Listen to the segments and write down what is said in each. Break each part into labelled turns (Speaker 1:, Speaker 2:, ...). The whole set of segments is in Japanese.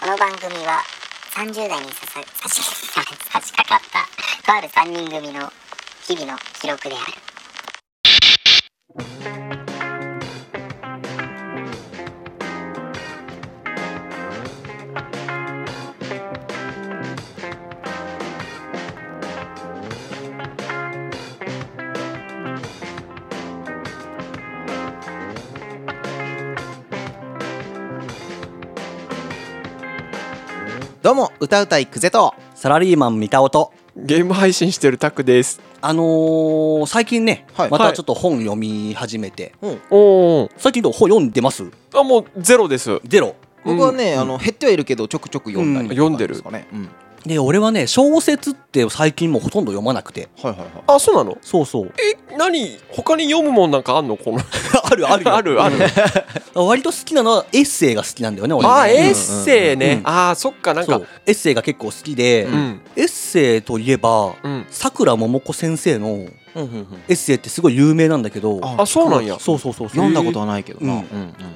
Speaker 1: この番組は30代にささ差し差し掛かったとある3人組の日々の記録である
Speaker 2: どうも歌うたいくぜと
Speaker 3: サラリーマン三田音
Speaker 4: ゲーム配信してるタクです。
Speaker 3: あのー、最近ね、
Speaker 2: はい
Speaker 3: また
Speaker 4: はい
Speaker 3: ちょっと本読み始めて、
Speaker 4: おお。
Speaker 3: 最近どう本読んでます
Speaker 4: あ、もうゼロです。
Speaker 3: ゼロ
Speaker 2: 僕はね、あの減ってはいるけどちょくちょく読んだり、
Speaker 3: うん
Speaker 4: 読んでる
Speaker 2: とかね、うん、はい
Speaker 3: で俺はね小説って最近もうほとんど読まなくて
Speaker 2: はいは
Speaker 4: あ、そうなの。
Speaker 3: そうそう
Speaker 4: え、何、他に読むもんなんかあんの、この。
Speaker 3: あるあるよ
Speaker 4: あるある。
Speaker 3: 割と好きなのはエッセイが好きなんだよね俺ね
Speaker 4: あ、エ
Speaker 3: う
Speaker 4: ッ
Speaker 3: ん
Speaker 4: セイ
Speaker 3: うんう
Speaker 4: ね
Speaker 3: ん。
Speaker 4: あー、そっか、なん
Speaker 3: そ
Speaker 4: か
Speaker 3: う。エッセイが結構好きで、
Speaker 4: うん。
Speaker 3: エッセイといえば
Speaker 4: うん。
Speaker 3: さくらももこ先生のエ
Speaker 2: い、うんうんうん、
Speaker 3: ッセイってすごい有名なんだけど
Speaker 2: あ
Speaker 4: あ、そうなんや。
Speaker 3: そうそうそうそう
Speaker 2: 読んだことはないけどな、
Speaker 3: うん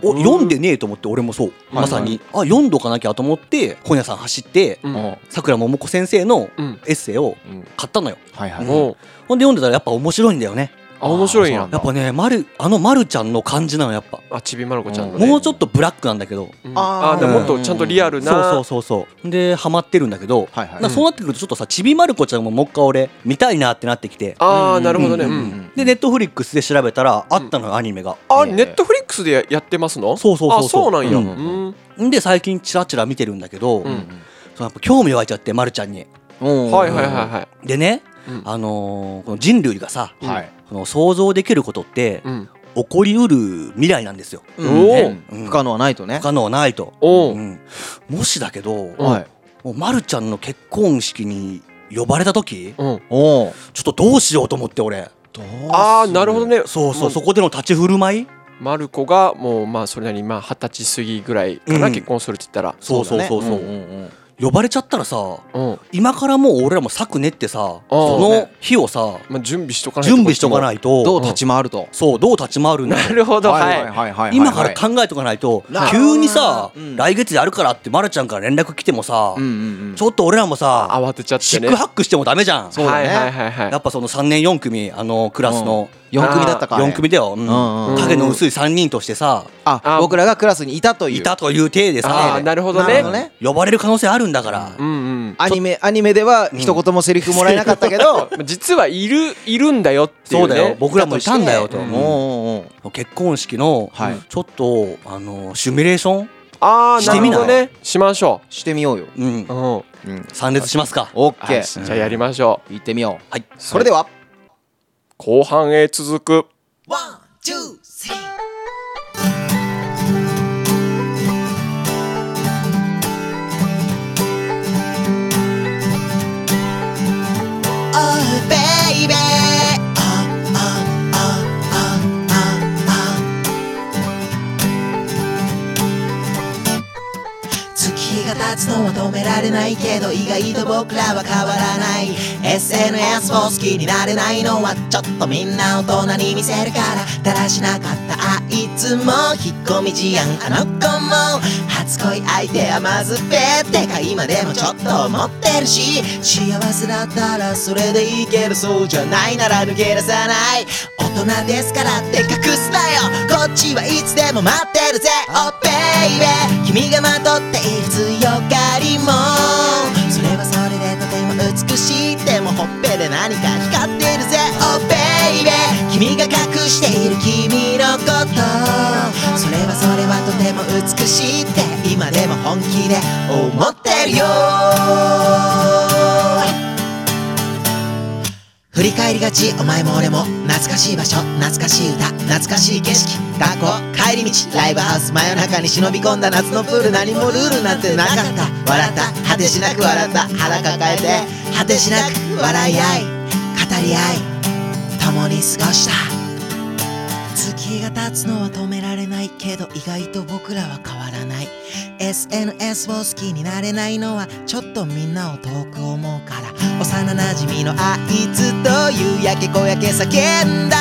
Speaker 2: うんうん
Speaker 3: お
Speaker 4: うん
Speaker 3: 読んでねえと思って俺もそう、まさにあ読んどかなきゃと思って本屋さん走って
Speaker 4: うん。うん。
Speaker 3: さくらももこ先生のエッセイを買ったのよ
Speaker 2: はいはい、
Speaker 4: おう
Speaker 3: ほんで読んでたらやっぱ面白いんだよね
Speaker 4: あ、面白いん
Speaker 2: あ
Speaker 4: や
Speaker 2: そ。う
Speaker 3: やっぱねまるあのまるちゃんの感じなのやっぱ
Speaker 4: あ、ちびまる子ちゃんのね。
Speaker 3: もうちょっとブラックなんだけど
Speaker 4: うん
Speaker 2: あー
Speaker 4: あー、でももっとちゃんとリアル
Speaker 3: そうそ
Speaker 4: な
Speaker 3: う。そうそうでハマってるんだけど
Speaker 2: はいはい
Speaker 3: なんかそうなってくるとちょっとさちびまる子ちゃんももう一回俺見たいなってなってきて
Speaker 4: あー、なるほどね。
Speaker 3: う
Speaker 4: うん
Speaker 3: うん
Speaker 4: ん
Speaker 3: でネットフリックスで調べたらあったのよアニメが
Speaker 4: あ、
Speaker 2: いい
Speaker 4: ネ
Speaker 2: ね
Speaker 4: ットフリックスでややってますの。
Speaker 3: そうそうそうそう
Speaker 4: あ、そうなんや。
Speaker 3: う
Speaker 4: うんん。
Speaker 3: んで最近チラチラ見てるんだけど
Speaker 4: う
Speaker 3: そ
Speaker 4: ん
Speaker 3: のやっぱ興味湧いちゃってまるちゃんに
Speaker 2: うん
Speaker 4: はいはいはいはい。
Speaker 3: でね
Speaker 4: うん
Speaker 3: あのーこの人類がさ
Speaker 2: はいはい、
Speaker 3: この想像できることって
Speaker 4: うん。
Speaker 3: 起こりうる未来なんですよ
Speaker 2: う
Speaker 4: うん
Speaker 2: んね
Speaker 3: おー
Speaker 2: 不可能はないとね
Speaker 3: 不、可能はないと
Speaker 4: おう
Speaker 3: うんもしだけど
Speaker 4: うん
Speaker 2: はい
Speaker 3: もうまるちゃんの結婚式に呼ばれた時ちょ
Speaker 4: うん。
Speaker 2: おお
Speaker 3: っとどうしようと思って俺
Speaker 4: あー、なるほどね。
Speaker 3: そうそう
Speaker 4: も
Speaker 3: そこでの立ち振る舞い
Speaker 4: マルコがもうまあそれなりにまあ二十歳過ぎぐらいか
Speaker 3: う
Speaker 4: なん結婚するって言ったら、
Speaker 3: そうそうそうそう、
Speaker 2: んうんうん
Speaker 3: 呼ばれちゃったらさ
Speaker 4: うん
Speaker 3: 今からもう俺らも咲くねってさそ
Speaker 4: そう
Speaker 3: の
Speaker 4: ね
Speaker 3: 日をさ
Speaker 4: まあ、準備しとかない
Speaker 3: 準備しとかないいと
Speaker 2: どう立ち回ると、
Speaker 3: そうどう立ち回るんだ
Speaker 4: なるほど はい、
Speaker 2: はいはい
Speaker 3: 今から考えとかないと
Speaker 2: な
Speaker 3: 急にさ
Speaker 2: うん
Speaker 3: 来月やるからってまるちゃんから連絡来てもさ
Speaker 2: うんうんうん
Speaker 3: ちょっと俺らもさ
Speaker 4: 慌てちゃっ
Speaker 3: シ
Speaker 4: て
Speaker 3: ッ
Speaker 4: ね
Speaker 3: クハックしてもダメじゃん
Speaker 2: そうだね
Speaker 4: はいはいはい
Speaker 3: や
Speaker 4: はい
Speaker 3: っぱその3年4組あのクラスの
Speaker 2: 4組だったかあれ
Speaker 3: 4組だようん
Speaker 2: うんうん
Speaker 3: 影の薄い3人としてさ
Speaker 2: あ
Speaker 4: あ
Speaker 2: 僕らがクラスにいたという
Speaker 3: いたという体で
Speaker 4: ああ
Speaker 3: さ
Speaker 4: なるほど
Speaker 2: なる
Speaker 4: ね
Speaker 2: ほどね
Speaker 3: 呼ばれる可能性あるんだから
Speaker 4: うんうん
Speaker 2: アニメアニメでは一言もセリフもらえなかったけ ど、
Speaker 4: まあ実はいるいるんだよってい
Speaker 3: そう
Speaker 4: う、ね、
Speaker 3: だよ僕らもいたんだよと
Speaker 2: うん
Speaker 3: も
Speaker 2: おうおうおう
Speaker 3: う結婚式の
Speaker 2: はい
Speaker 3: ちょっとあのシミュレーション
Speaker 4: ああ
Speaker 3: し
Speaker 4: な
Speaker 3: て
Speaker 4: る
Speaker 3: み
Speaker 4: ほ
Speaker 3: ない
Speaker 4: どねしましょ
Speaker 2: してみようよ、
Speaker 3: う
Speaker 4: う、うんんは
Speaker 2: うん、
Speaker 3: 参列しますか
Speaker 2: オッケ
Speaker 4: い、
Speaker 2: ー
Speaker 4: じゃあやりましょう
Speaker 2: 行ってみよう
Speaker 3: はい
Speaker 2: それでは
Speaker 4: 後半へ続く
Speaker 5: 月日が経つのは止められないけど意外と僕らは変わらない SNS を好きになれないのはちょっとみんな大人に見せるからだらしなかったあいつも引っ込み思案あの子も初恋相手はまずべってか今でもちょっと思ってるし幸せだったらそれでいいけどそうじゃないなら抜け出さない大人ですからって隠すなよこっちはいつでも待ってるぜ Oh baby 君がまとっている強がりもそれはそれでとても美しいでもほっぺで何か光ってるぜ Oh baby 君が隠している君のことそれはそれはとても美しいって今でも本気で思ってるよ振り返りがちお前も俺も懐かしい場所懐かしい歌懐かしい景色学校帰り道ライブハウス真夜中に忍び込んだ夏のプール何もルールなんてなかった笑った果てしなく笑った腹抱えて果てしなく笑い合い語り合い共に過ごした月が経つのは止められないけど意外と僕らは変わらない SNS を好きになれないのはちょっとみんなを遠く思うから幼なじみのあいつと夕焼け小焼け叫んだ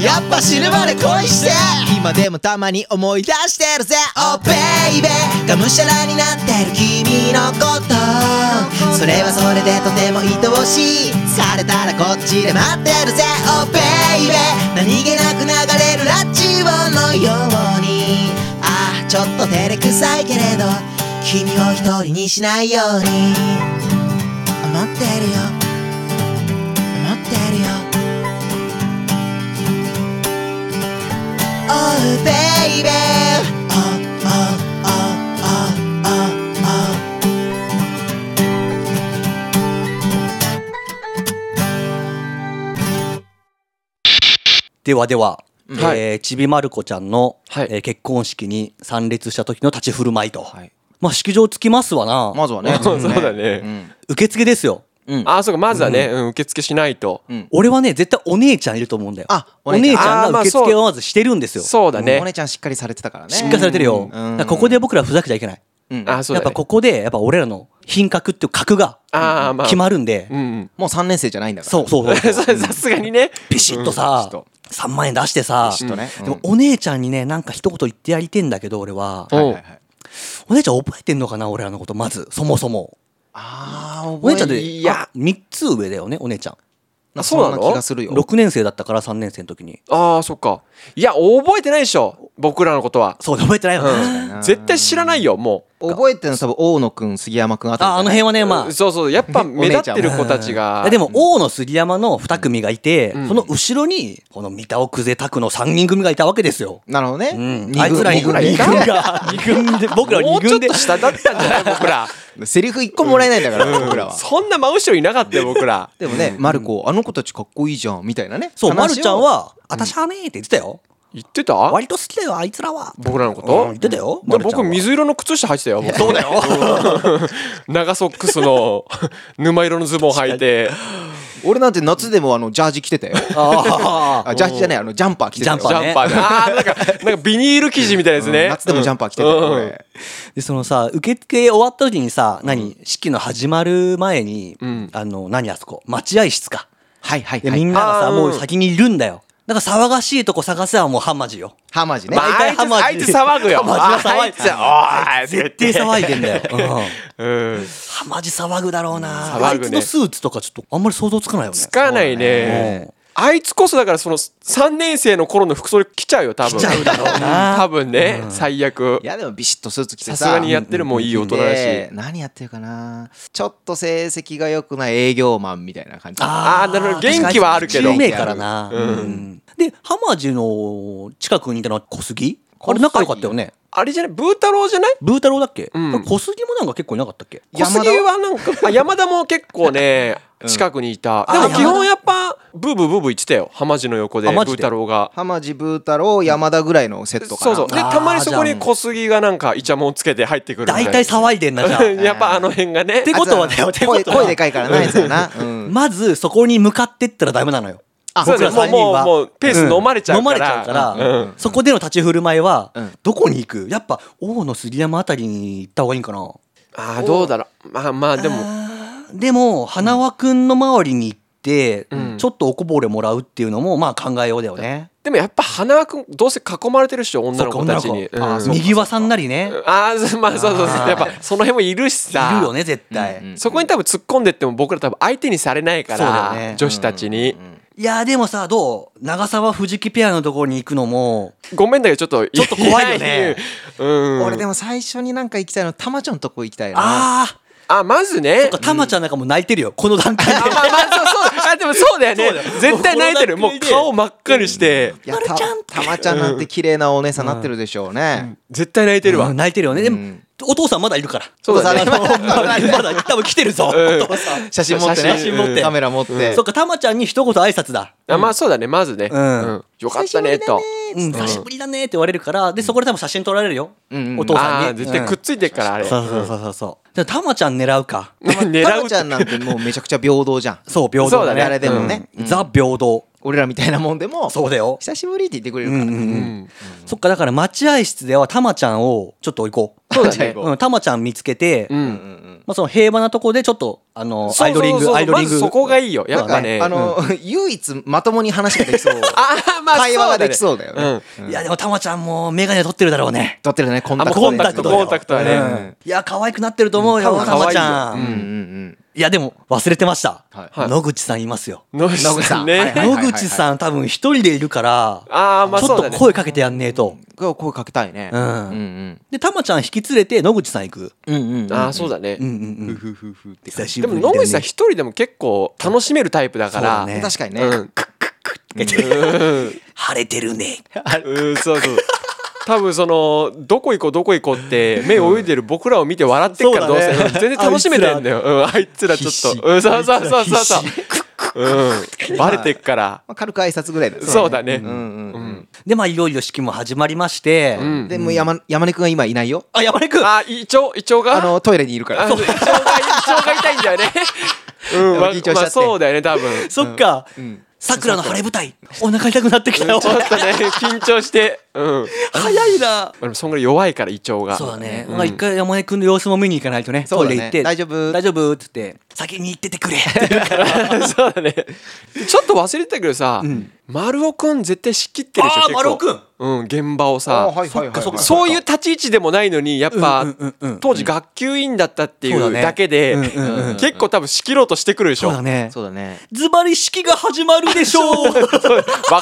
Speaker 5: やっぱ死ぬまで恋して今でもたまに思い出してるぜ Oh baby がむしゃらになってる君のことそれはそれでとても愛おしいされたらこっちで待ってるぜ Oh baby 何気なく流れるラジオのようにああちょっと照れくさいけれど君を一人にしないように思ってるよ思ってるよ Oh baby Oh oh oh oh oh oh
Speaker 3: ではでは、え
Speaker 4: はい
Speaker 3: ーちびまる子ちゃんの、
Speaker 4: はい
Speaker 3: えー結婚式に参列した時の立ち振る舞いと、
Speaker 2: はい
Speaker 3: まあ式場つきますわな、
Speaker 2: まずはね
Speaker 4: そうだね
Speaker 3: 受付ですよ
Speaker 2: うん
Speaker 4: あそうかまずはね、うん受付しないと、
Speaker 2: うん
Speaker 3: 俺はね絶対お姉ちゃんいると思うんだよ
Speaker 2: あ
Speaker 3: お
Speaker 2: お
Speaker 3: 姉
Speaker 2: 姉
Speaker 3: ち
Speaker 2: ちゃん
Speaker 3: ゃ
Speaker 4: あ
Speaker 3: ん
Speaker 4: ー
Speaker 3: が
Speaker 4: まあ
Speaker 3: 受
Speaker 4: そう
Speaker 3: 付をまずしてるんですよ
Speaker 4: そうだ
Speaker 2: お
Speaker 4: ね
Speaker 2: 姉ちゃんしっかりされてたからね
Speaker 3: しっかりされてるよ、
Speaker 2: うん
Speaker 3: だからここで僕らふざけちゃいけない、
Speaker 2: うん
Speaker 4: あそう
Speaker 3: やっ
Speaker 4: だ
Speaker 3: ぱ
Speaker 4: ね
Speaker 3: ここでやっぱ俺らの品格っていう格が
Speaker 4: あーまあ
Speaker 3: 決まるんで、
Speaker 4: うんうん
Speaker 2: もう3年生じゃないんだから
Speaker 3: そうそう そうそう
Speaker 4: ささすがにね
Speaker 3: ピシッとさ、
Speaker 2: うん
Speaker 3: 3万円出してさ
Speaker 2: ピシッとね
Speaker 3: でもお姉ちゃんにねなんか一言言ってやりてんだけど俺は、
Speaker 4: うん
Speaker 2: はいはいはい
Speaker 3: お姉ちゃん覚えてんのかな俺らのことまずそもそも
Speaker 2: ああ
Speaker 3: お
Speaker 2: 覚
Speaker 3: 姉
Speaker 2: え
Speaker 3: ちゃんって
Speaker 4: いや
Speaker 3: 3つ上だよねお姉ちゃん
Speaker 2: な
Speaker 4: そうなの
Speaker 2: そんな気がするよ
Speaker 3: 6年生だったから3年生の時に
Speaker 4: ああそっかいや覚えてないでしょ僕らのことは、
Speaker 3: そうだ覚えてないよね、
Speaker 4: うん、絶対知らないよもう
Speaker 2: 覚えてるの多分大野くん杉山くんあたり
Speaker 3: ああの辺はねまあ
Speaker 4: そうそうやっ ぱ目立ってる子たち
Speaker 3: いや
Speaker 4: が
Speaker 3: でも王の杉山の2組がいて、
Speaker 4: ん
Speaker 3: その後ろにこの三田尾久世拓の3人組がいたわけですよ。
Speaker 2: なるほどね
Speaker 3: うん
Speaker 2: 二、軍
Speaker 3: あいつら
Speaker 2: 二
Speaker 3: 2軍
Speaker 2: 軍
Speaker 3: が
Speaker 2: 二軍
Speaker 3: 2軍で 僕ら2
Speaker 4: もうちょ
Speaker 3: 軍
Speaker 4: っ
Speaker 3: で
Speaker 4: と下だったんじゃない 僕ら
Speaker 2: セリフ一個もらえないんだから僕らは
Speaker 4: そんな真後ろいなかったよ僕ら
Speaker 2: でもねマルコあの子たちかっこいいじゃんみたいなね
Speaker 3: そう
Speaker 2: 話を
Speaker 3: まるちゃんは「あたしゃね」って言ってたよ、
Speaker 4: 言ってた
Speaker 3: 割と好きだよあいつらは
Speaker 4: 僕らのこ
Speaker 3: うん
Speaker 4: と
Speaker 3: 言ってたよ、
Speaker 4: で
Speaker 3: まるちゃんは
Speaker 4: 僕水色の靴下履いてたよ僕
Speaker 3: そうだよ
Speaker 4: 長ソックスの 沼色のズボン履いて
Speaker 2: 俺なんて夏でもあのジャージ着てたよ
Speaker 3: ああ
Speaker 2: あジャージじゃないあのジャンパー着てたよ
Speaker 3: ジ
Speaker 4: ジャンパーであーなんかなんかビニール生地みたいなやつね
Speaker 2: うん夏でもジャンパー着てたよ俺
Speaker 3: でそのさ受付終わった時にさ何式の始まる前に、
Speaker 4: ん
Speaker 3: あの何あそこ待合室か
Speaker 2: はいはい
Speaker 3: で
Speaker 2: は
Speaker 3: み
Speaker 2: い
Speaker 3: んながさ
Speaker 4: あー
Speaker 3: も
Speaker 4: う
Speaker 3: うん先にいるんだよだから騒がしいとこ探せばもうハンマジよ
Speaker 2: ハマジね
Speaker 4: まあ、あいつあいつ騒ぐよ
Speaker 3: ハマジが騒い
Speaker 4: あいつあいつおーい
Speaker 3: 絶対騒いでん だよ、うん
Speaker 4: うん
Speaker 3: はまじ騒ぐだろうな、あ
Speaker 4: 騒
Speaker 3: い
Speaker 4: ぐね
Speaker 3: つのスーツとかちょっとあんまり想像つかないよね
Speaker 4: つかない
Speaker 3: うん
Speaker 4: ね。あいつこそだからその3年生の頃の服装で来ちゃうよ多分
Speaker 3: 来ちゃうだろうな
Speaker 4: 多分ね、最悪
Speaker 2: いやでもビシッとスーツ着て
Speaker 4: さ
Speaker 2: さ
Speaker 4: すがにやってるもういい大人だし、
Speaker 2: で何やってるかなちょっと成績が良くない営業マンみたいな感じ
Speaker 4: あーなるほど元気はあるけど
Speaker 3: 確かに有名からな、
Speaker 4: うん
Speaker 3: うんでハマジの近くにいたのは小杉あれ仲良かったよね
Speaker 4: あれじゃないブー太郎じゃない
Speaker 3: ブー太郎だっけ、
Speaker 4: うん
Speaker 3: これ小杉もなんか結構いなかったっけ
Speaker 4: 小杉はな んかあ山田も結構ね近くにいた、
Speaker 3: あ
Speaker 4: でも基本やっぱブーブーブーブー言ってたよ浜地の横で
Speaker 3: あ
Speaker 4: ブ
Speaker 3: マ
Speaker 4: ー
Speaker 3: ジで
Speaker 4: 太郎が。
Speaker 2: 浜地ブー太郎山田ぐらいのセットか
Speaker 4: そう
Speaker 2: な
Speaker 4: そうで
Speaker 3: あー
Speaker 4: たまにそこ
Speaker 3: じ
Speaker 4: に
Speaker 3: ゃあ
Speaker 4: 小杉がなんかイチャモンつけて入ってくるみた
Speaker 3: 大
Speaker 4: いな
Speaker 3: 体騒いでんなじゃ
Speaker 4: やっぱあの辺がね
Speaker 3: てこことはだよてこ
Speaker 2: 声
Speaker 3: とは
Speaker 2: 声でかいからなやつやな、うん
Speaker 3: あまずそこに向かってったらダメなのよ
Speaker 2: あ
Speaker 4: そう
Speaker 3: 僕
Speaker 4: だ
Speaker 3: ら
Speaker 4: ね
Speaker 3: 3人
Speaker 4: もうもう
Speaker 3: は
Speaker 4: もうペース飲まれちゃう
Speaker 3: 飲ま
Speaker 4: か
Speaker 3: れち
Speaker 4: ら
Speaker 3: ゃうから、
Speaker 4: うん
Speaker 3: そこでの立ち振る舞いは、
Speaker 2: うん
Speaker 3: どこに行くやっぱ王の杉山あたりに行った方がいいんかな
Speaker 4: ああどうだろうまあまあでも
Speaker 3: でも花輪くんの周りに行って、
Speaker 4: うん
Speaker 3: ちょっとおこぼれもらうっていうのもまあ考えようだよね。
Speaker 4: でもやっぱ花輪君どうせ囲まれてるっしょ女
Speaker 3: そっ
Speaker 4: の
Speaker 3: か
Speaker 4: 子たちに。うん
Speaker 3: あーにぎわさんなりね
Speaker 4: ああそうまあそうそうそうやっぱその辺もいるしさ
Speaker 3: いるよね絶対。
Speaker 2: うん
Speaker 4: そこに多分突っ込んでっても僕ら多分相手にされないか
Speaker 3: そうだよ
Speaker 4: ら、
Speaker 3: ね
Speaker 4: 女子たちに、
Speaker 3: いやーでもさどう長澤藤木ペアのところに行くのも
Speaker 4: ごめんだけどちょっとち
Speaker 3: ょっと怖いよね
Speaker 4: うん
Speaker 2: 俺でも最初になんか行きたいのたまちゃんのとこ行きたいな
Speaker 3: ああ
Speaker 4: あまずね
Speaker 3: たまちゃんなんかもう泣いてるよこの段階
Speaker 4: あまあまあそうそうあでもそうだよね絶対泣いてるもう顔真っ赤にして、
Speaker 2: いやたたまちゃんなんて綺麗なお姉さんなってるでしょうね、
Speaker 4: 絶対泣いて
Speaker 3: で
Speaker 4: るわ、
Speaker 3: うん泣いてるよねでも、
Speaker 2: うん
Speaker 3: お父さんまだいるから。
Speaker 4: そうだね
Speaker 3: お父さん まだまだ多分来てるぞ、
Speaker 4: うん
Speaker 3: お父さん。
Speaker 2: 写真持ってね
Speaker 4: 写真持って
Speaker 2: カメラ持って、
Speaker 3: そっかたまちゃんに一言挨拶だ。
Speaker 4: あまあそうだねまずね、
Speaker 3: うん
Speaker 4: よかったねと
Speaker 3: うん、久しぶりだねって言われるから、で、そこで多分写真撮られるよ。
Speaker 2: うんうん
Speaker 3: お父さ
Speaker 4: あ
Speaker 3: ん
Speaker 4: あ
Speaker 3: に。
Speaker 4: 絶対くっついてるからあれ、
Speaker 3: そうそうそうそうそう。じゃあ、たまちゃん狙うか。
Speaker 4: 狙
Speaker 2: た
Speaker 4: う
Speaker 2: まちゃんなんてもうめちゃくちゃ平等じゃん
Speaker 3: そう、平等
Speaker 4: そうだね
Speaker 3: ね。
Speaker 2: 誰でもね、
Speaker 3: ザ平等。
Speaker 2: 俺らみたいなもんでも
Speaker 3: そうだよ。
Speaker 2: 久しぶりって言ってくれ
Speaker 3: う
Speaker 2: る
Speaker 3: ん
Speaker 2: から、
Speaker 3: うんう。
Speaker 4: うんん
Speaker 3: そっかだから待合室ではたまちゃんをちょっと行こう。
Speaker 4: そうだね
Speaker 2: じゃあ行こ
Speaker 3: うん、たまちゃん見つけて、
Speaker 4: う
Speaker 2: うん
Speaker 4: ん
Speaker 3: まあその平和なとこでちょっとあの
Speaker 4: そうそうそう
Speaker 3: アイドリングアイドリン
Speaker 4: まず
Speaker 3: グ。
Speaker 4: そこがいいよやっぱね
Speaker 2: あの、唯一まともに話ができそう
Speaker 4: あーまあ
Speaker 2: 会話ができ
Speaker 4: う
Speaker 2: そうだよね、
Speaker 3: いやでもたまちゃんもメガネ取ってるだろうね。
Speaker 2: 撮ってるねコンタクト
Speaker 4: あもうコンタクト
Speaker 2: だよ
Speaker 4: コンタクトだね
Speaker 3: うんいや可愛くなってると思う
Speaker 4: うん多
Speaker 3: よ
Speaker 4: 分
Speaker 3: た
Speaker 4: 可愛
Speaker 3: ま
Speaker 4: いよ
Speaker 3: ちゃ。
Speaker 2: うんうんん
Speaker 3: いやでも忘れてました
Speaker 2: はい。
Speaker 4: はい
Speaker 3: 野口さんいますよ。
Speaker 4: だね野口
Speaker 2: 野口
Speaker 4: さ
Speaker 2: さ
Speaker 4: ん
Speaker 2: ん
Speaker 4: ね、
Speaker 2: はいはい
Speaker 3: 野口さん多分一人でいるから、
Speaker 4: あーまあ
Speaker 3: ちょ
Speaker 4: そう
Speaker 3: っ
Speaker 4: だ
Speaker 3: と
Speaker 4: ね
Speaker 3: 声かけてやんねえと。
Speaker 2: うん声かけたいね
Speaker 3: う
Speaker 2: うんん
Speaker 3: で、たまちゃん引き連れて野口さん行く。
Speaker 2: うんうんうん
Speaker 4: ああそうだね、
Speaker 3: うんうんうん。
Speaker 2: ふふふって
Speaker 3: 久し
Speaker 4: で
Speaker 3: ぶ
Speaker 4: も
Speaker 3: り
Speaker 4: 野口さん
Speaker 3: ん
Speaker 4: 一人でも結構楽しめるタイプだから
Speaker 3: そうだね
Speaker 2: 確かにね、
Speaker 4: うんうん
Speaker 3: 晴れてるね。
Speaker 4: うんそうそう多分そのどこ行こうどこ行こうって目泳いでる僕らを見て笑ってっから
Speaker 3: そ
Speaker 4: ど
Speaker 3: うう
Speaker 4: せ
Speaker 3: だね
Speaker 4: うん全然楽しめてんだようんあいつらちょっとうんそうそうそうそうそううんバレてっから
Speaker 2: まあ、軽く挨拶ぐらいだね
Speaker 4: そうだね
Speaker 2: うんうんうん、
Speaker 3: で、まあいよいよ式も始まりまして、
Speaker 4: うん
Speaker 2: でも山山根くんが今いないよ
Speaker 3: あ、山根くん
Speaker 4: あ胃腸胃腸が
Speaker 2: あのトイレにいるから
Speaker 4: あの胃腸が胃腸が痛いん だよねうんまあ
Speaker 2: 緊張しちゃって
Speaker 4: まあそうだよね多分
Speaker 3: そっか
Speaker 2: ん。
Speaker 3: 桜の晴れ舞台。お腹痛くなってきたよ
Speaker 4: ち。ょっとね緊張してうん
Speaker 3: 早いな。
Speaker 4: でもそんぐらい弱いから胃腸が
Speaker 3: そうだね。
Speaker 4: ん
Speaker 3: まあ一回山根くんの様子も見に行かないとね。
Speaker 2: そ
Speaker 3: ト
Speaker 2: うだ
Speaker 3: イレ
Speaker 2: ね
Speaker 3: 行って。
Speaker 2: 大丈夫
Speaker 3: 大丈夫っつって。先に行っててくれ。って言うから
Speaker 4: そうだね。ちょっと忘れてたけどさ、丸尾くん絶対仕切ってるでしょ。
Speaker 3: あー
Speaker 4: 結構
Speaker 3: 丸尾くん
Speaker 4: うん、現場を
Speaker 2: あ
Speaker 4: さ。
Speaker 2: はいはいはいはい
Speaker 3: そっか
Speaker 4: そういう立ち位置でもないのにやっ
Speaker 3: うん
Speaker 4: ぱ
Speaker 3: うんうんうん
Speaker 4: 当時学級委員だったってい
Speaker 3: そううだね
Speaker 4: だけで
Speaker 3: うんうんうん
Speaker 4: 結構多分仕切ろうとしてくるでし
Speaker 3: そ
Speaker 4: ょ
Speaker 3: うだね。
Speaker 2: そうだね
Speaker 3: ズバリ式が始まるでしょう。
Speaker 4: 分か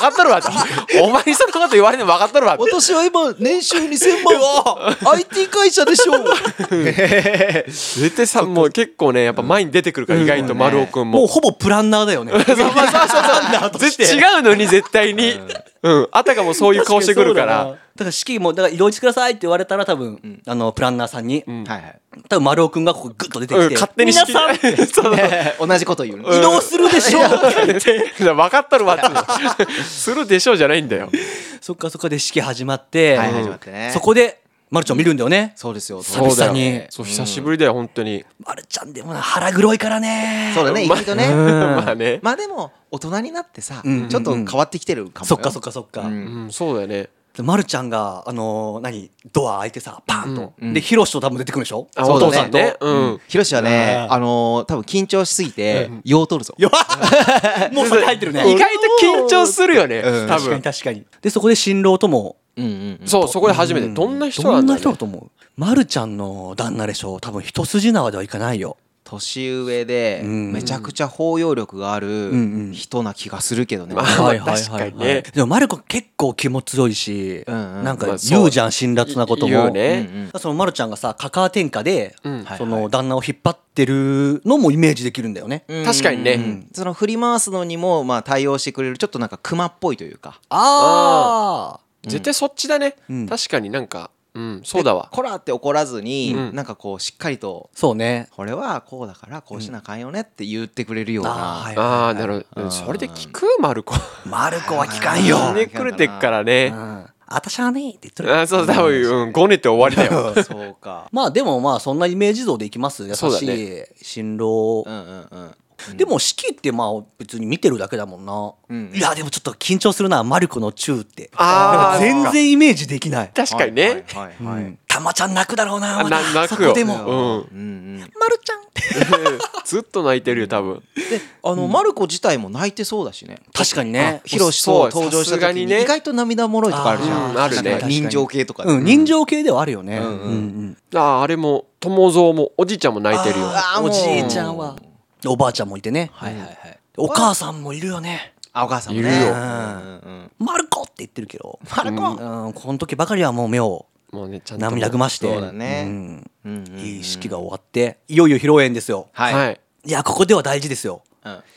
Speaker 4: っとるわってお前にそんなこと言われるの分かっとるわって
Speaker 3: 私は今年収2000万 IT 会社でしょう
Speaker 4: 絶対さもう結構ねやっぱ前に出てくるから意外と丸尾くん
Speaker 3: もう
Speaker 4: も
Speaker 3: ほぼプランナーだ よね
Speaker 4: そうそうそうそう
Speaker 3: として
Speaker 4: 絶違うのに絶対にうんあたかもそういう顔してくるから
Speaker 3: だから式もだから移動してくださいって言われたら多分、あのプランナーさんに、
Speaker 2: はいはい
Speaker 3: 多分丸尾くんがここグッと出てきて、
Speaker 4: うん勝手に仕切
Speaker 3: 皆さん
Speaker 4: るそうそう
Speaker 2: 同じこと言うね
Speaker 3: 移動するでしょ う、
Speaker 4: 分かっとるわってするでしょう じゃないんだよ
Speaker 3: そっかそっかで式始まって、
Speaker 2: はい始まってね
Speaker 3: そこで丸ちゃんを見るんだよね、
Speaker 2: そうですよ
Speaker 3: 久々に
Speaker 4: そう久しぶりだよ本当に
Speaker 3: 丸ちゃんでもな腹黒いからね
Speaker 2: そうだね意
Speaker 4: ま
Speaker 2: 外とね
Speaker 4: まあね
Speaker 2: まあでも大人になってさ、
Speaker 3: んうん
Speaker 2: ちょっと変わってきてるかもよ
Speaker 3: そっかそっかそっか、
Speaker 2: ん
Speaker 4: うんそうだよね
Speaker 3: で丸ちゃんがあのー何ドア開いてさパーンと、でヒロシと多分出てくるでしょ
Speaker 4: あ
Speaker 2: そ
Speaker 4: お
Speaker 2: うだね
Speaker 4: 父さんねうん
Speaker 2: ひろしはね
Speaker 3: う、ん
Speaker 2: あのー多分緊張しすぎて、よう取るぞ。
Speaker 3: よもうそれ入ってるね
Speaker 4: 意外と緊張するよね
Speaker 2: うん
Speaker 4: 多
Speaker 3: 確か
Speaker 4: 分
Speaker 3: に確かにでそこで新郎とも
Speaker 2: うんうんうん。
Speaker 4: そうそこで初めてどんな人
Speaker 3: ど
Speaker 4: なん
Speaker 3: んな
Speaker 4: だ
Speaker 3: 人
Speaker 4: ろう
Speaker 3: だ
Speaker 4: ね
Speaker 3: と思うまるちゃんの旦那でしょ多分一筋縄ではいかないよ
Speaker 2: 年上で、
Speaker 3: うん
Speaker 2: めちゃくちゃ包容力があ
Speaker 3: んうん
Speaker 2: る人な気がするけどね。
Speaker 4: まあ
Speaker 3: はいはいはい
Speaker 4: 確かに
Speaker 3: は
Speaker 4: ね
Speaker 3: いでもまる子結構気も強いし
Speaker 2: うんうん
Speaker 3: なん
Speaker 4: ま
Speaker 3: か
Speaker 4: あそう
Speaker 3: 言うじゃん辛辣なことも
Speaker 4: 言うね
Speaker 2: うんうん
Speaker 3: そのまるちゃんがさカカア天下で
Speaker 4: うん
Speaker 3: その旦那を引っ張ってるのもイメージできるんだよね
Speaker 2: うん
Speaker 4: 確かにね
Speaker 2: うんその振り回すのにも、まあ対応してくれる、ちょっとなんか熊っぽいというか。
Speaker 3: ああ
Speaker 4: 絶対そっちだね
Speaker 3: うん
Speaker 4: 確かになんかうんそうだわ
Speaker 2: こらって怒らずに、
Speaker 4: うん
Speaker 2: なんかこうしっかりと、
Speaker 3: そうね
Speaker 2: これはこうだから、こうしなあかんよねって言ってくれるよう
Speaker 3: あーは
Speaker 2: な。
Speaker 3: い
Speaker 4: ああなるほどそれで聞くマルコ
Speaker 3: まる子は聞かんよ
Speaker 4: ひねくれてっからね
Speaker 3: うんあたしゃあねえって言ってる
Speaker 4: あそう多分うんごねて終わりだよ
Speaker 2: そうか。
Speaker 3: まあでもまあそんなイメージ像でいきます優
Speaker 4: そうだ
Speaker 3: し
Speaker 4: ね
Speaker 3: い新郎
Speaker 2: うんうんうん。
Speaker 3: でも式ってまあ別に見てるだけだもんな、
Speaker 2: うん
Speaker 3: いやでもちょっと緊張するなマルコのチューって
Speaker 4: あー
Speaker 3: なんか全然イメージできない、
Speaker 4: 確かにね
Speaker 2: はいはいは
Speaker 3: う
Speaker 2: いはい
Speaker 3: ん、たまちゃん泣くだろうな
Speaker 4: あな
Speaker 3: まだ
Speaker 4: 泣くよ
Speaker 3: そこでも、
Speaker 4: うん
Speaker 2: うんうん。
Speaker 3: まるちゃんって
Speaker 4: ずっと泣いてるよ多分
Speaker 2: であの、マルコ自体も泣いてそうだしね
Speaker 3: 確かに
Speaker 2: あ
Speaker 3: ね
Speaker 2: ヒロシ
Speaker 4: そう
Speaker 2: と登場し
Speaker 4: さすが
Speaker 2: た
Speaker 4: に
Speaker 2: 時
Speaker 4: ね
Speaker 2: に意外と涙もろいとかあるじゃん
Speaker 4: あーうんあるね
Speaker 2: なんか人情系とかで
Speaker 3: うん人情系ではあるよね、
Speaker 2: んうん
Speaker 3: うん
Speaker 4: あああれも友蔵もおじいちゃんも泣いてるよ
Speaker 3: あー
Speaker 2: あー
Speaker 3: おじいちゃんはおばあちゃんもいてね、
Speaker 2: はいはいはい
Speaker 3: お母さんもいるよね
Speaker 2: あお母さんもね
Speaker 4: いるよ
Speaker 2: うんうんうん
Speaker 3: マルコって言ってるけど、
Speaker 2: マルコ
Speaker 3: うん、この時ばかりはもう目を
Speaker 4: もうねちゃんと
Speaker 3: 涙ぐまして
Speaker 2: そうだね
Speaker 3: ん
Speaker 2: うんうんうん
Speaker 3: いい式が終わっていよいよ披露宴ですよ
Speaker 2: はい
Speaker 4: はい
Speaker 3: いやここでは大事ですよ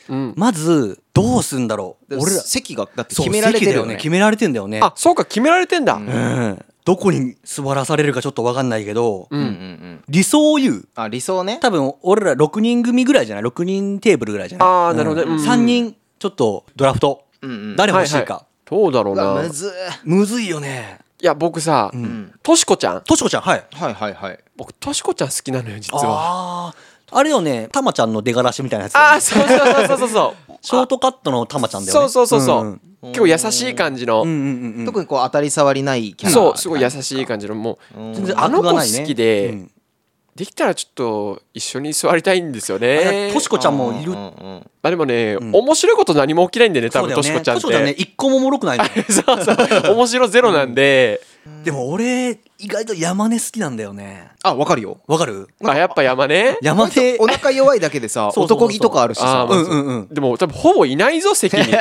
Speaker 2: うん
Speaker 4: うん
Speaker 3: まずどうすんだろう
Speaker 2: 俺
Speaker 3: 俺
Speaker 2: ら
Speaker 3: ら
Speaker 2: 席がだって
Speaker 3: そう
Speaker 2: 決められてる
Speaker 3: 席だ
Speaker 2: よね
Speaker 3: 決められてんだよね
Speaker 4: あそうか決められてんだ、
Speaker 3: うんどこに座らされるかちょっと分かんないけど、
Speaker 2: うんうんうん
Speaker 3: 理想を言う
Speaker 2: あ理想ね
Speaker 3: 多分俺ら6人組ぐらいじゃない6人テーブルぐらいじゃない
Speaker 4: あーなるほどねうん
Speaker 3: 3人ちょっとドラフト、
Speaker 2: うんうん
Speaker 3: 誰欲しいか、
Speaker 4: ははどうだろう
Speaker 2: うわ
Speaker 4: な
Speaker 2: むずー
Speaker 3: むずいよね
Speaker 4: いや僕さ、
Speaker 2: ん
Speaker 4: としこちゃん
Speaker 3: としこちゃんはい
Speaker 2: はいはいはい
Speaker 4: 僕としこちゃん好きなのよ実は
Speaker 3: ああーあれよねたまちゃんの出がらしみたいなやつだよ
Speaker 4: あ
Speaker 3: ね
Speaker 4: あそうそうそうそうそう
Speaker 3: ショートカットのたまちゃんだよ
Speaker 4: そ
Speaker 3: ね
Speaker 4: うそうそうそう、
Speaker 3: ん
Speaker 4: 結構優しい感じの、
Speaker 3: うんうんうんうん
Speaker 2: 特にこう当たり障りないキャラ
Speaker 4: そうすごい優しい感じのもう
Speaker 2: うん
Speaker 3: 全然
Speaker 4: あの
Speaker 3: 悪
Speaker 4: 子
Speaker 3: くはないね
Speaker 4: 好きで
Speaker 3: うん
Speaker 4: できたらちょっと一緒に座りたいんですよね
Speaker 3: あトシコちゃんもいる
Speaker 2: うんうんうん
Speaker 4: まあでもね、
Speaker 3: ん
Speaker 4: 面白いこと何も起きないんでね多分
Speaker 3: そう
Speaker 4: と
Speaker 3: だ
Speaker 4: し
Speaker 3: よ
Speaker 4: こ
Speaker 3: ね
Speaker 4: ちゃんっ
Speaker 3: トシコちゃんね
Speaker 4: て
Speaker 3: 一個ももろくないの よ
Speaker 4: そうそう面白ゼロなんで、
Speaker 3: でも俺意外と山根好きなんだよね
Speaker 2: あわかるよ
Speaker 3: わかる
Speaker 4: あやっぱ山ね
Speaker 3: 山根
Speaker 2: お腹弱いだけで さ
Speaker 3: そうそうそうそう
Speaker 2: 男気とかあるし
Speaker 4: あ
Speaker 2: さ
Speaker 4: ーま
Speaker 3: う
Speaker 4: あ
Speaker 3: んうんうん
Speaker 4: でも多分ほぼいないぞ席に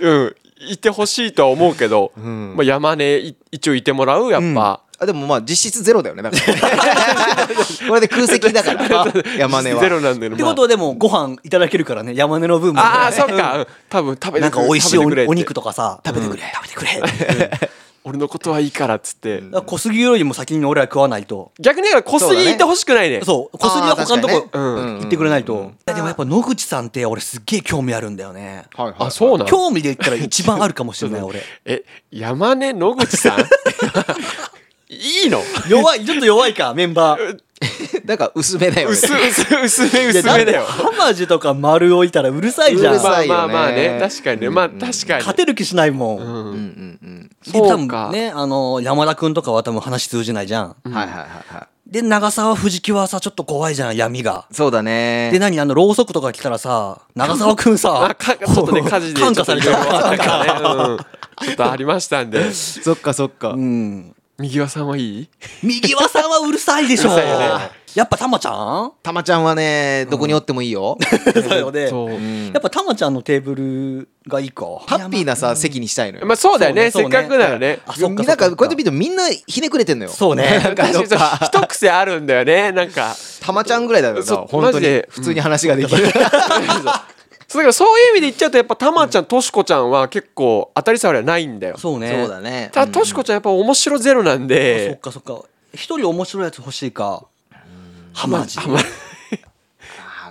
Speaker 4: うんいてほしいとは思うけど、
Speaker 2: ん
Speaker 4: まあ、山根い一応いてもらうやっぱ、
Speaker 2: あでもまあ実質ゼロだよねだから これで空席だ から山根は
Speaker 4: ゼロなんだけど、
Speaker 3: って
Speaker 4: まあ
Speaker 3: ことはでもご飯いただけるからね山根の分も
Speaker 4: ああそっかうん多分食べてくれ
Speaker 3: なんか美味しい
Speaker 4: 食べ
Speaker 3: お
Speaker 4: てくれって
Speaker 3: お肉とかさ食べてくれ食べてくれだか
Speaker 4: 俺のことはいいからっつって、
Speaker 3: ら小杉よりも先に俺ら食わないと
Speaker 4: 逆にだから小
Speaker 2: そうだ
Speaker 4: 杉
Speaker 2: ね
Speaker 4: いてほしくないね
Speaker 3: そう小杉は他のとこ
Speaker 2: あ
Speaker 4: ー確かにねうん
Speaker 3: 行ってくれないといやでもやっぱ野口さんって俺すっげえ興味あるんだよね
Speaker 2: はいはい
Speaker 4: あそうなの
Speaker 3: 興味で言ったら一番あるかもし れない俺
Speaker 4: え山根野口さんいいの
Speaker 3: 弱いちょっと弱いかメンバー
Speaker 2: だから薄めだよね
Speaker 4: 薄薄薄め
Speaker 3: いや
Speaker 4: 薄めだよ
Speaker 3: ってハマジュとか丸置いたらうるさいじゃん、
Speaker 2: うるさい
Speaker 4: まあ
Speaker 2: よね
Speaker 4: まあまあね確かにねまあ確かに
Speaker 3: 勝てる気しないもん、
Speaker 4: う
Speaker 2: うん
Speaker 4: ん
Speaker 2: うんうん
Speaker 3: で多
Speaker 4: そうか
Speaker 3: 分ねあの山田君とかは多分話通じないじゃん、
Speaker 2: はいはいはいは
Speaker 3: で長澤藤木はさちょっと怖いじゃん闇が
Speaker 2: いそうだね
Speaker 3: で何あのろうそくとか来たらさ長澤君
Speaker 4: あ
Speaker 3: さ
Speaker 4: か ちょっとね火事で
Speaker 3: 感化されちゃう
Speaker 4: うなんかねうんちょっとありましたんで
Speaker 2: そっかそっか
Speaker 3: うん
Speaker 4: 右輪さんはいい
Speaker 3: 右輪さんはうるさいでしょ
Speaker 4: うるさいよね
Speaker 3: やっぱたまちゃん
Speaker 2: たまちゃんはねどこにおってもいいよ
Speaker 3: そうよね
Speaker 4: そう
Speaker 3: やっぱたまちゃんのテーブルがいいか
Speaker 2: ハッピーなさ席にしたいのよ
Speaker 4: まあそうだよね
Speaker 3: そう
Speaker 4: せっ
Speaker 3: ね
Speaker 4: かくならね
Speaker 3: あそっ
Speaker 2: な
Speaker 3: か
Speaker 2: ん
Speaker 3: そ
Speaker 2: か
Speaker 3: っか
Speaker 2: こうやって見るとみんなひねくれてんのよ
Speaker 3: そうね
Speaker 2: なんか
Speaker 4: 確かに一癖あるんだよねなんか
Speaker 2: たまちゃんぐらいだよな
Speaker 4: そう
Speaker 2: 本
Speaker 4: マ
Speaker 2: 当
Speaker 4: ジ
Speaker 2: に
Speaker 4: で
Speaker 2: 普通に話ができる
Speaker 4: そうだからそういう意味で言っちゃうとやっぱたまちゃんとしこちゃんは結構当たり障りはないんだよ
Speaker 3: そうね
Speaker 2: そうだね
Speaker 4: ただとしこちゃんやっぱ面白ゼロなん
Speaker 3: そっ
Speaker 4: で
Speaker 3: かそっか一人面白いやつ欲しいかハマジ
Speaker 4: ま
Speaker 3: ハ
Speaker 2: は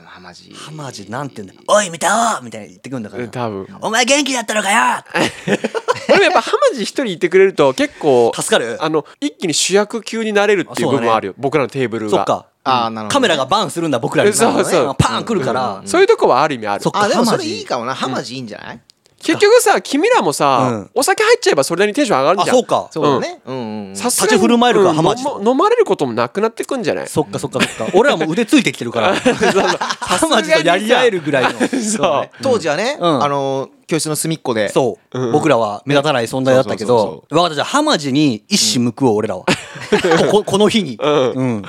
Speaker 2: はまじ
Speaker 3: マジなんて言うんだおい見たおみたいに言ってくるんだか
Speaker 4: うん
Speaker 3: ら
Speaker 4: 多分
Speaker 3: お前元気だったのかよ
Speaker 4: でもやっぱ浜地一人いてくれると結構
Speaker 3: 助かる
Speaker 4: あの一気に主役級になれるっていう部分もあるよ僕らのテーブルが
Speaker 3: そっか
Speaker 2: あーなるほど
Speaker 3: カメラがバンするんだ僕らに
Speaker 4: えそうそう
Speaker 3: まあパーン来るから
Speaker 4: そういうとこはある意味ある
Speaker 3: そっか
Speaker 2: あでも
Speaker 3: ハ
Speaker 2: そ
Speaker 3: マ
Speaker 2: れ
Speaker 3: ジ
Speaker 2: いいかもなハマジいいんじゃない
Speaker 4: 結局さ君らも
Speaker 3: う
Speaker 4: さ
Speaker 3: ん
Speaker 4: お酒入っちゃえばそれなりにテンション上がる
Speaker 3: あ
Speaker 4: じゃん
Speaker 3: そうか
Speaker 2: そうだねうんうんうん
Speaker 4: さすがに
Speaker 3: 立ち振る舞えるから
Speaker 4: うん
Speaker 3: 浜地
Speaker 4: 飲ま飲まれることもなくなってくんじゃない
Speaker 3: そっかそっかそっか俺らもう腕ついてきてるからハマジとやり合えるぐらいの
Speaker 4: そうね
Speaker 2: 当時はね
Speaker 3: うん
Speaker 2: あの教室の隅っこで
Speaker 3: そう、僕らは目立たない存在だったけ
Speaker 2: そうそう
Speaker 3: ど
Speaker 2: そ
Speaker 3: 分かったじゃあハマジに一矢報おう俺らはここ この日にうん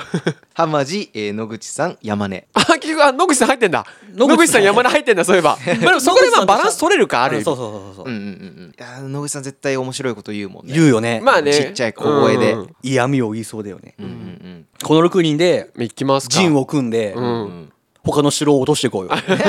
Speaker 2: ハマジえー野口さん山根
Speaker 4: あ結局あ野口さん入ってんだ
Speaker 3: 野口さ
Speaker 4: 野
Speaker 3: ん
Speaker 4: 口さん山根入ってんだそうい えばまあでもそこでまあバランス取れるかある意味
Speaker 3: そうそうそうそう
Speaker 2: う
Speaker 3: そ
Speaker 2: ん
Speaker 3: う
Speaker 2: うんうんうんいやー野口さん絶対面白いこと言うもんね
Speaker 3: 言うよね
Speaker 4: まあね
Speaker 2: ちっちゃい小声で
Speaker 4: うん
Speaker 3: 嫌味を言いそうだよね
Speaker 2: うんうん
Speaker 3: この6人で
Speaker 4: 行きますか
Speaker 3: 陣を組んで
Speaker 4: うん
Speaker 2: うん
Speaker 3: 他の城を落としていこうよ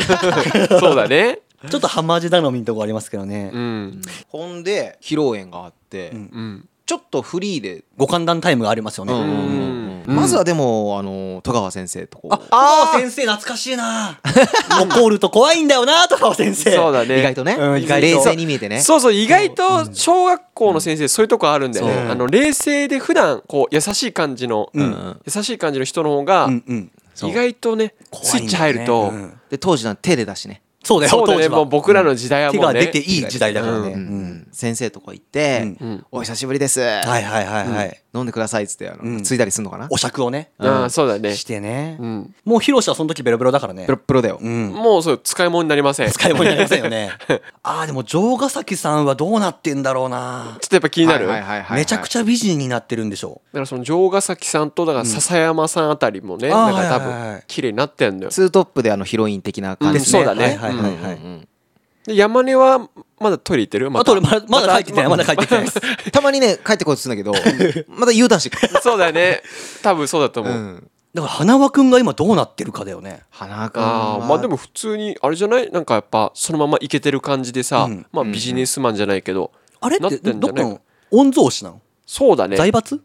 Speaker 4: そうだね
Speaker 3: ちょっとハマジ頼みのとこありますけどね
Speaker 4: うん
Speaker 2: ほんで披露宴があって
Speaker 3: ん
Speaker 4: うん
Speaker 2: ちょっとフリーで
Speaker 3: ご歓談タイムがありますよね
Speaker 2: うんうんうんうんまずはでもあの戸川先生とこう
Speaker 3: ああ先生懐かしいな 怒ると怖いんだよなとか先生
Speaker 4: そうだね
Speaker 2: 意外とね
Speaker 3: うん意外と
Speaker 2: 冷静に見えてね
Speaker 4: そうそう意外と小学校の先生そういうとこあるんだよね、
Speaker 3: そう
Speaker 4: あの冷静で普段こう優しい感じの、
Speaker 3: うん
Speaker 4: 優しい感じの人の方が
Speaker 3: うんうん
Speaker 4: 意外とねスイッチ入ると、
Speaker 3: 怖いんだよねうん
Speaker 2: で当時なんて手で出しね
Speaker 3: そうだよ
Speaker 4: そうだ
Speaker 3: 当
Speaker 4: ね
Speaker 3: 時
Speaker 4: も
Speaker 3: は
Speaker 4: う僕らの時代は
Speaker 3: 手
Speaker 4: もう
Speaker 3: が
Speaker 4: ね
Speaker 3: 出ていい時代だからね
Speaker 4: う
Speaker 3: うん
Speaker 2: 先生とこ行って
Speaker 3: う
Speaker 4: うん
Speaker 2: 「お久しぶりです」は
Speaker 3: はいはいはいはい
Speaker 2: 飲んでくださいっつってあ
Speaker 3: うん
Speaker 2: のついたりすんのかな
Speaker 3: お酌をね
Speaker 4: ああそうだね
Speaker 3: してね
Speaker 4: うん
Speaker 3: もう広ロはその時ベロベロだからね
Speaker 2: プロップロだよ
Speaker 3: うん
Speaker 4: もうそう使い物になりません
Speaker 3: 使い物になりませんよ ねああでも城ヶ崎さんはどうなってんだろうな
Speaker 4: ちょっとやっぱ気になる、
Speaker 2: はいはいはいはい
Speaker 3: めちゃくちゃ美人になってるんでしょ
Speaker 4: だからその城ヶ崎さんとだから笹山さんあたりもね、
Speaker 3: うん
Speaker 4: なんか多
Speaker 3: あーはいはいは
Speaker 4: 分
Speaker 3: い
Speaker 4: 綺麗になってんだよ、
Speaker 2: ツートップであのヒロイン的な
Speaker 3: う
Speaker 2: 感
Speaker 4: で
Speaker 2: じ
Speaker 4: すねそうだね
Speaker 3: はいはいはいはい、
Speaker 2: うんうんうん
Speaker 4: で山根はまだトイレ行ってるま
Speaker 3: あ
Speaker 4: た
Speaker 3: と俺まだまだ帰ってきてないまだ帰ってきてないです
Speaker 2: たまにね帰ってこいっつうんだけどまだ U ターンしてくる
Speaker 4: そうだよね多分そうだと思う、
Speaker 2: うん
Speaker 3: だから花輪くんが今どうなってるかだよね
Speaker 2: 花か
Speaker 4: あーまあでも普通にあれじゃないなんかやっぱそのままいけてる感じでさ、
Speaker 3: うん
Speaker 4: まあビジネスマンじゃないけど、
Speaker 3: あれっ
Speaker 4: なっててんじ
Speaker 3: どっ
Speaker 4: ゃね
Speaker 3: かの御曹司なの
Speaker 4: そうだね
Speaker 3: 財閥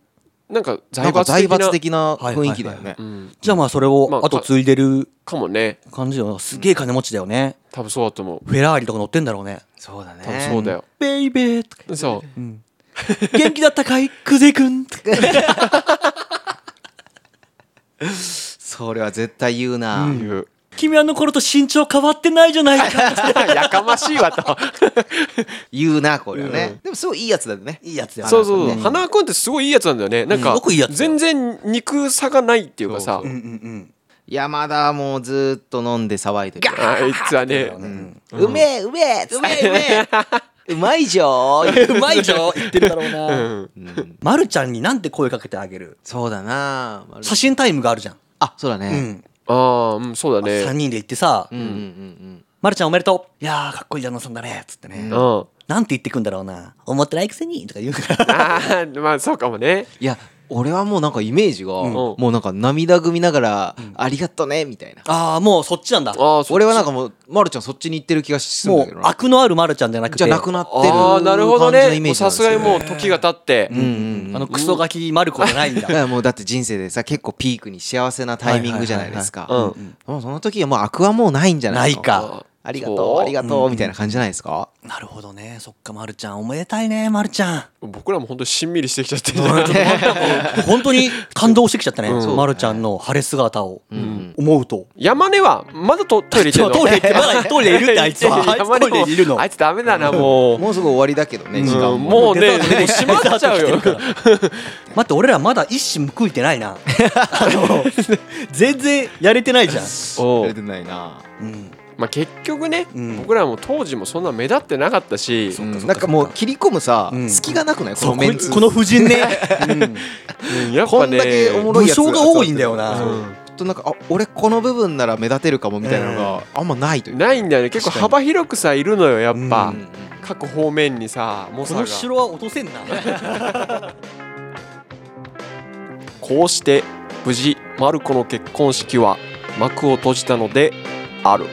Speaker 4: なんか財
Speaker 2: なんか
Speaker 4: 閥
Speaker 2: 財
Speaker 4: 的な
Speaker 2: 閥的な
Speaker 3: はいはい
Speaker 2: 雰
Speaker 3: はい
Speaker 2: 囲気だよね
Speaker 4: うん、
Speaker 3: じゃあまあそれ
Speaker 4: ま
Speaker 3: を
Speaker 4: あ
Speaker 3: 後継いでる
Speaker 4: かもね
Speaker 3: 感じだよなすげえ金持ちだよね
Speaker 4: 多分そうだと思う
Speaker 3: フェラーリとか乗ってんだろうね
Speaker 2: そうだね
Speaker 4: 多分そうだよ、
Speaker 3: ベイベーとか
Speaker 4: そう
Speaker 3: 元気だったかいクゼくんとか
Speaker 2: それは絶対言うな
Speaker 4: いう
Speaker 3: 君あの頃と身長変わってないじゃないか
Speaker 4: やかましい わと
Speaker 2: 言うなこれはね、でもすごいいいやつだよね
Speaker 3: いいやつやな
Speaker 4: そうそうそう花輪君ってすごいいいやつなんだよねなん
Speaker 3: うん
Speaker 4: か
Speaker 3: すごくいいやつ
Speaker 4: 全然肉差がないっていうかさ
Speaker 2: そう
Speaker 3: うんうん
Speaker 2: 山田はもうずーっと飲んで騒いでる
Speaker 4: あいつはね
Speaker 2: うんうめえうめえうめえうめえうまいじゃ
Speaker 3: うん うまいじゃん言ってるだろうな、
Speaker 2: ん
Speaker 3: まるちゃんになんて声かけてあげる
Speaker 2: そうだなまる
Speaker 3: 写真タイムがあるじゃん、
Speaker 2: あそうだね、
Speaker 4: ああうんそうだね
Speaker 3: 3人で行ってさ、
Speaker 2: うんうんうん
Speaker 3: まるちゃんおめでとういやーかっこいい旦那さんだねっつってね、
Speaker 4: うん
Speaker 3: なんて言ってくんだろうな思ってないくせにとか言うから
Speaker 4: あーまあそうかもね
Speaker 2: いや俺はもうなんかイメージが、
Speaker 4: ん
Speaker 2: もうなんか涙ぐみながら「ありがとね」みたいな、
Speaker 3: ああもうそっちなんだ
Speaker 4: ああそ
Speaker 2: 俺はなんかもう、ま、るちゃんそっちに行ってる気がするん
Speaker 3: も
Speaker 2: だけど
Speaker 3: う
Speaker 2: な
Speaker 3: 悪のあるまるちゃんじゃなくて
Speaker 2: じゃなくなってる
Speaker 4: ああなるほど
Speaker 2: 感じの
Speaker 4: ね
Speaker 2: イメー
Speaker 4: もう
Speaker 2: ジなんで
Speaker 4: さ
Speaker 2: すすよ
Speaker 4: が
Speaker 2: ね
Speaker 4: にもう時が経って
Speaker 2: うんうんうん
Speaker 3: あのクソガキまる子じゃないんだ
Speaker 2: だ からもうだって人生でさ結構ピークに幸せなタイミングじゃないですか
Speaker 4: はいはいはいは
Speaker 2: うんもうその時はもう悪はもうないんじゃないの
Speaker 3: ないか
Speaker 2: ありが
Speaker 4: そ
Speaker 2: と
Speaker 4: う
Speaker 2: うありがとうみたいな感じじゃないですか
Speaker 3: なるほどねそっかまるちゃんおめでたいねまるちゃん
Speaker 4: 僕らも本当しんみりしてきちゃって
Speaker 3: 本当に感動してきちゃったね、
Speaker 4: うん
Speaker 3: まるちゃんの晴れ姿を思うと。
Speaker 4: 山根はまだとトイレ行ってん
Speaker 3: そ
Speaker 4: の
Speaker 3: う トイレ行ってまだトイレい るってあいつは。あいつ
Speaker 4: 山
Speaker 3: トイ
Speaker 4: 根
Speaker 3: レ
Speaker 4: も
Speaker 3: にいるの。
Speaker 4: あいつダメだなもう
Speaker 2: もうすぐ終わりだけどね時間
Speaker 4: うん
Speaker 2: も
Speaker 4: もう ね
Speaker 3: デザート出て
Speaker 4: 閉まっちゃうよ
Speaker 3: デザート来てるから待って俺らまだ一矢報いてないな。あの全然やれてないじゃん。
Speaker 4: お
Speaker 2: や
Speaker 4: う
Speaker 2: れてないな
Speaker 3: うん
Speaker 4: まあ結局ね
Speaker 3: うん
Speaker 4: 僕らも当時もそんな目立ってなかったし
Speaker 2: うんなんかもう切り込むさ
Speaker 3: うん
Speaker 2: 隙がなくないこ
Speaker 3: そ
Speaker 2: の
Speaker 3: う
Speaker 2: メンツ
Speaker 3: この婦人ね。 うん
Speaker 4: うんやっ
Speaker 2: こ
Speaker 4: ぱ
Speaker 2: んだけおも
Speaker 4: ね
Speaker 2: ろいやつ
Speaker 3: 武将が多いんだよな
Speaker 2: そうちょっとなんかあ俺この部分なら目立てるかもみたいなのがあんまないという
Speaker 4: ないんだよね結構幅広くさいるのよやっ
Speaker 2: う
Speaker 4: ぱ
Speaker 2: ん
Speaker 4: 各方面にさ猛
Speaker 3: こ
Speaker 4: 者が
Speaker 3: の城は落とせんな。
Speaker 4: こうして無事マルコの結婚式は幕を閉じたのである。